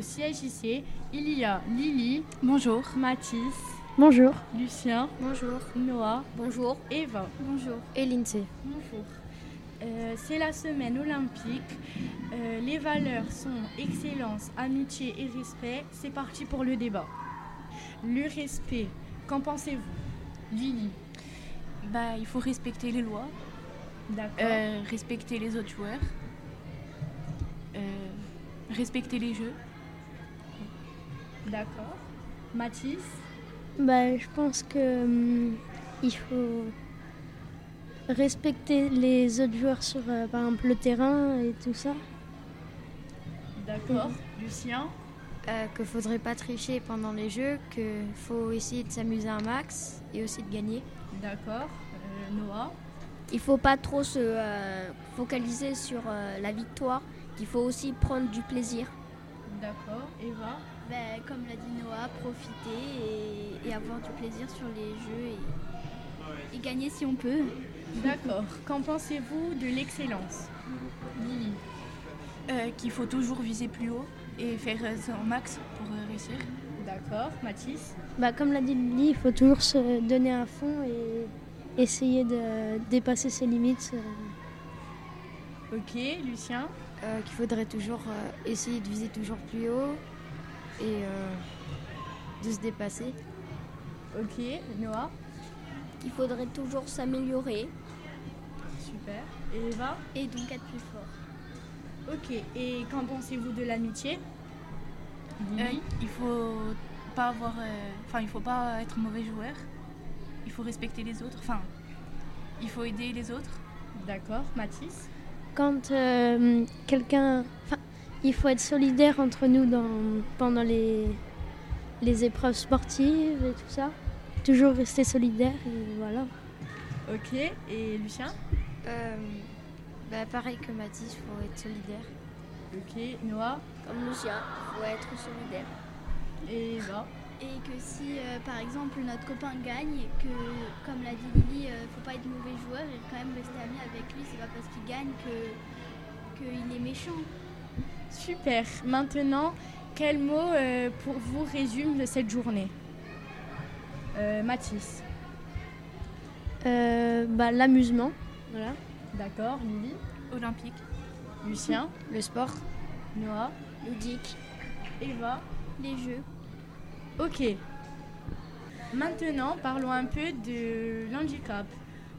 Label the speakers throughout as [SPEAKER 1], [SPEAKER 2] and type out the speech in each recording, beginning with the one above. [SPEAKER 1] siège ici, il y a Lily,
[SPEAKER 2] Bonjour.
[SPEAKER 1] Mathis,
[SPEAKER 3] Bonjour.
[SPEAKER 1] Lucien,
[SPEAKER 4] Bonjour.
[SPEAKER 1] Noah,
[SPEAKER 4] Bonjour.
[SPEAKER 1] Eva.
[SPEAKER 2] Bonjour.
[SPEAKER 4] Et Lindsay.
[SPEAKER 1] Bonjour. Euh, C'est la semaine olympique. Euh, les valeurs sont excellence, amitié et respect. C'est parti pour le débat. Le respect, qu'en pensez-vous Lily,
[SPEAKER 2] Bah, il faut respecter les lois,
[SPEAKER 1] d'accord.
[SPEAKER 2] euh, respecter les autres joueurs, euh, respecter les jeux.
[SPEAKER 1] D'accord. Mathis,
[SPEAKER 3] Bah, je pense que hum, il faut respecter les autres joueurs sur euh, par exemple le terrain et tout ça.
[SPEAKER 1] d'accord.
[SPEAKER 2] Mm-hmm.
[SPEAKER 1] Lucien,
[SPEAKER 4] Euh, que faudrait pas tricher pendant les jeux, que faut essayer de s'amuser un max et aussi de gagner.
[SPEAKER 1] d'accord. Euh, Noah,
[SPEAKER 5] Il faut pas trop se euh, focaliser sur euh, la victoire, qu'il faut aussi prendre du plaisir.
[SPEAKER 1] d'accord. Eva,
[SPEAKER 4] Bah,
[SPEAKER 5] comme l'a dit Noah, profiter et, avoir du plaisir sur les jeux et, gagner si on peut.
[SPEAKER 1] d'accord. Qu'en pensez-vous de l'excellence Lily,
[SPEAKER 2] Euh, qu'il faut toujours viser plus haut et faire euh, son max pour euh, réussir.
[SPEAKER 1] d'accord. Mathis,
[SPEAKER 3] Bah, comme l'a dit Lily, il faut toujours se donner à fond et essayer de dépasser ses limites. euh.
[SPEAKER 1] ok. Lucien,
[SPEAKER 4] qu'il faudrait toujours euh, essayer de viser toujours plus haut et euh, de se dépasser.
[SPEAKER 1] ok. Noah,
[SPEAKER 5] Il faudrait toujours s'améliorer
[SPEAKER 1] super. Eva,
[SPEAKER 5] et donc être plus fort.
[SPEAKER 1] ok. Et qu'en pensez-vous de l'amitié
[SPEAKER 2] Euh,
[SPEAKER 1] Lily,
[SPEAKER 2] il faut pas avoir, euh, enfin, il faut pas être mauvais joueur. Il faut respecter les autres. Enfin, il faut aider les autres.
[SPEAKER 1] d'accord. Mathis,
[SPEAKER 3] Quand euh, quelqu'un, enfin, il faut être solidaire entre nous dans- pendant les les épreuves sportives et tout ça. Toujours rester solidaire et voilà.
[SPEAKER 1] ok. Et Lucien,
[SPEAKER 4] Euh, bah, pareil que Mathis, faut être solidaire.
[SPEAKER 1] ok. Noah
[SPEAKER 5] Comme Lucien, il faut être solidaire.
[SPEAKER 1] et Eva,
[SPEAKER 6] Et que si, euh, par exemple, notre copain gagne, et que, comme l'a dit Lily, euh, faut pas être mauvais joueur et quand même rester ami avec lui. C'est pas parce qu'il gagne que qu'il est méchant.
[SPEAKER 1] super. Maintenant, quel mot euh, pour vous résume cette journée Euh, Mathis.
[SPEAKER 3] Euh, bah, l'amusement. Voilà.
[SPEAKER 1] D'accord, Lily,
[SPEAKER 2] Olympique.
[SPEAKER 1] Lucien,
[SPEAKER 4] Le sport,
[SPEAKER 1] Noah,
[SPEAKER 5] Ludique.
[SPEAKER 1] Eva.
[SPEAKER 6] Les jeux.
[SPEAKER 1] Ok. Maintenant, parlons un peu de l'handicap.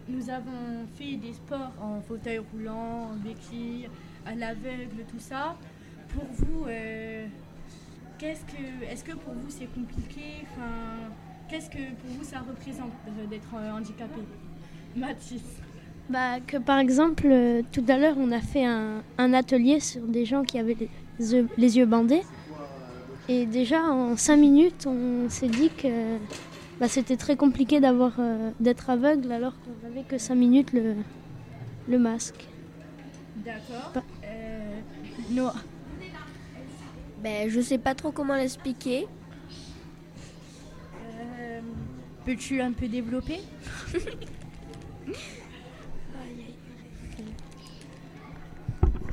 [SPEAKER 1] Nous avons fait des sports en fauteuil roulant, en béquille, à l'aveugle, tout ça. Pour vous, euh, qu'est-ce que, est-ce que pour vous c'est compliqué enfin, Qu'est-ce que pour vous ça représente euh, d'être euh, handicapé Mathis.
[SPEAKER 3] Bah, que par exemple, euh, tout à l'heure, on a fait un, un atelier sur des gens qui avaient les yeux, les yeux bandés. Et déjà, en cinq minutes, on s'est dit que bah, c'était très compliqué d'avoir, euh, d'être aveugle alors qu'on n'avait que cinq minutes le, le masque.
[SPEAKER 1] D'accord.
[SPEAKER 3] Pas-
[SPEAKER 1] Euh, Noah.
[SPEAKER 5] Ben, je sais pas trop comment l'expliquer.
[SPEAKER 1] Euh, Peux-tu un peu développer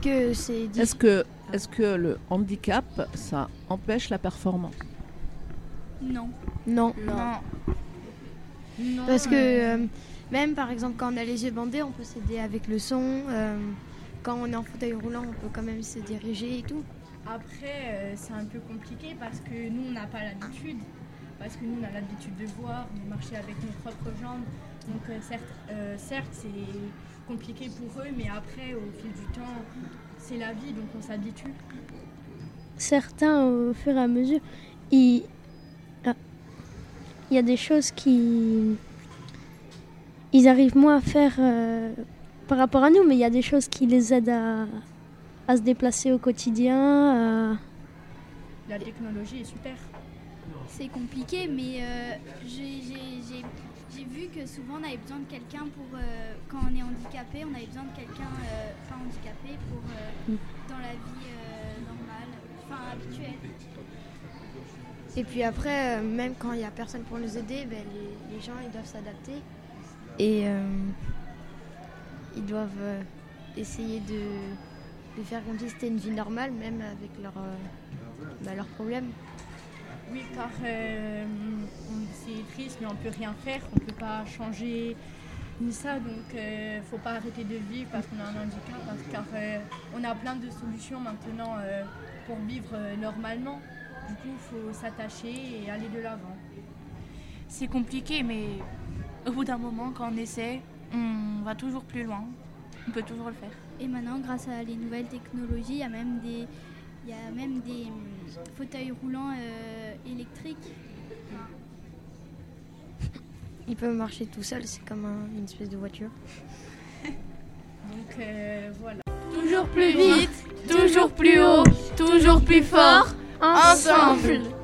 [SPEAKER 4] que c'est difficile.
[SPEAKER 7] Est-ce que, est que le handicap, ça empêche la performance
[SPEAKER 2] Non.
[SPEAKER 4] Non.
[SPEAKER 2] Non.
[SPEAKER 1] Non.
[SPEAKER 4] Parce que euh, même par exemple quand on a les yeux bandés, on peut s'aider avec le son. euh, quand on est en fauteuil roulant, on peut quand même se diriger et tout.
[SPEAKER 1] Après, euh, c'est un peu compliqué parce que nous, on n'a pas l'habitude. Parce que nous, on a l'habitude de voir, de marcher avec nos propres jambes. Donc, euh, certes, euh, certes, c'est compliqué pour eux, mais après, au fil du temps, c'est la vie, donc on s'habitue.
[SPEAKER 3] Certains, au fur et à mesure, ils- ah. il y a des choses qui. Ils arrivent moins à faire euh, par rapport à nous, mais il y a des choses qui les aident à, à se déplacer au quotidien. à-
[SPEAKER 1] La technologie est super.
[SPEAKER 6] C'est compliqué, mais euh, j'ai- j'ai- j'ai j'ai vu que souvent on avait besoin de quelqu'un pour. euh, quand on est handicapé, on avait besoin de quelqu'un euh, pas handicapé pour. euh, dans la vie euh, normale, enfin habituelle.
[SPEAKER 4] Et puis après, euh, même quand il n'y a personne pour nous aider, ben, les, les gens ils doivent s'adapter. Et euh, ils doivent euh, essayer de, de faire comme si c'était une vie normale, même avec leur, euh, bah, leurs problèmes.
[SPEAKER 1] Oui, car euh, on- c'est triste, mais on peut rien faire, on peut pas changer ni ça, donc euh, faut pas arrêter de vivre parce qu'on a un handicap, parce- car euh, on a plein de solutions maintenant euh, pour vivre euh, normalement. Du coup, faut s'attacher et aller de l'avant.
[SPEAKER 2] C'est compliqué, mais au bout d'un moment, quand on essaie, on va toujours plus loin. On peut toujours le faire.
[SPEAKER 6] Et maintenant, grâce à les nouvelles technologies, il y a même des, il y a même des hum, fauteuils roulants euh, électriques.
[SPEAKER 4] Ils peuvent marcher tout seuls, c'est comme un- une espèce de voiture.
[SPEAKER 1] Donc euh, voilà.
[SPEAKER 3] Toujours plus vite, toujours plus haut, toujours plus fort, ensemble.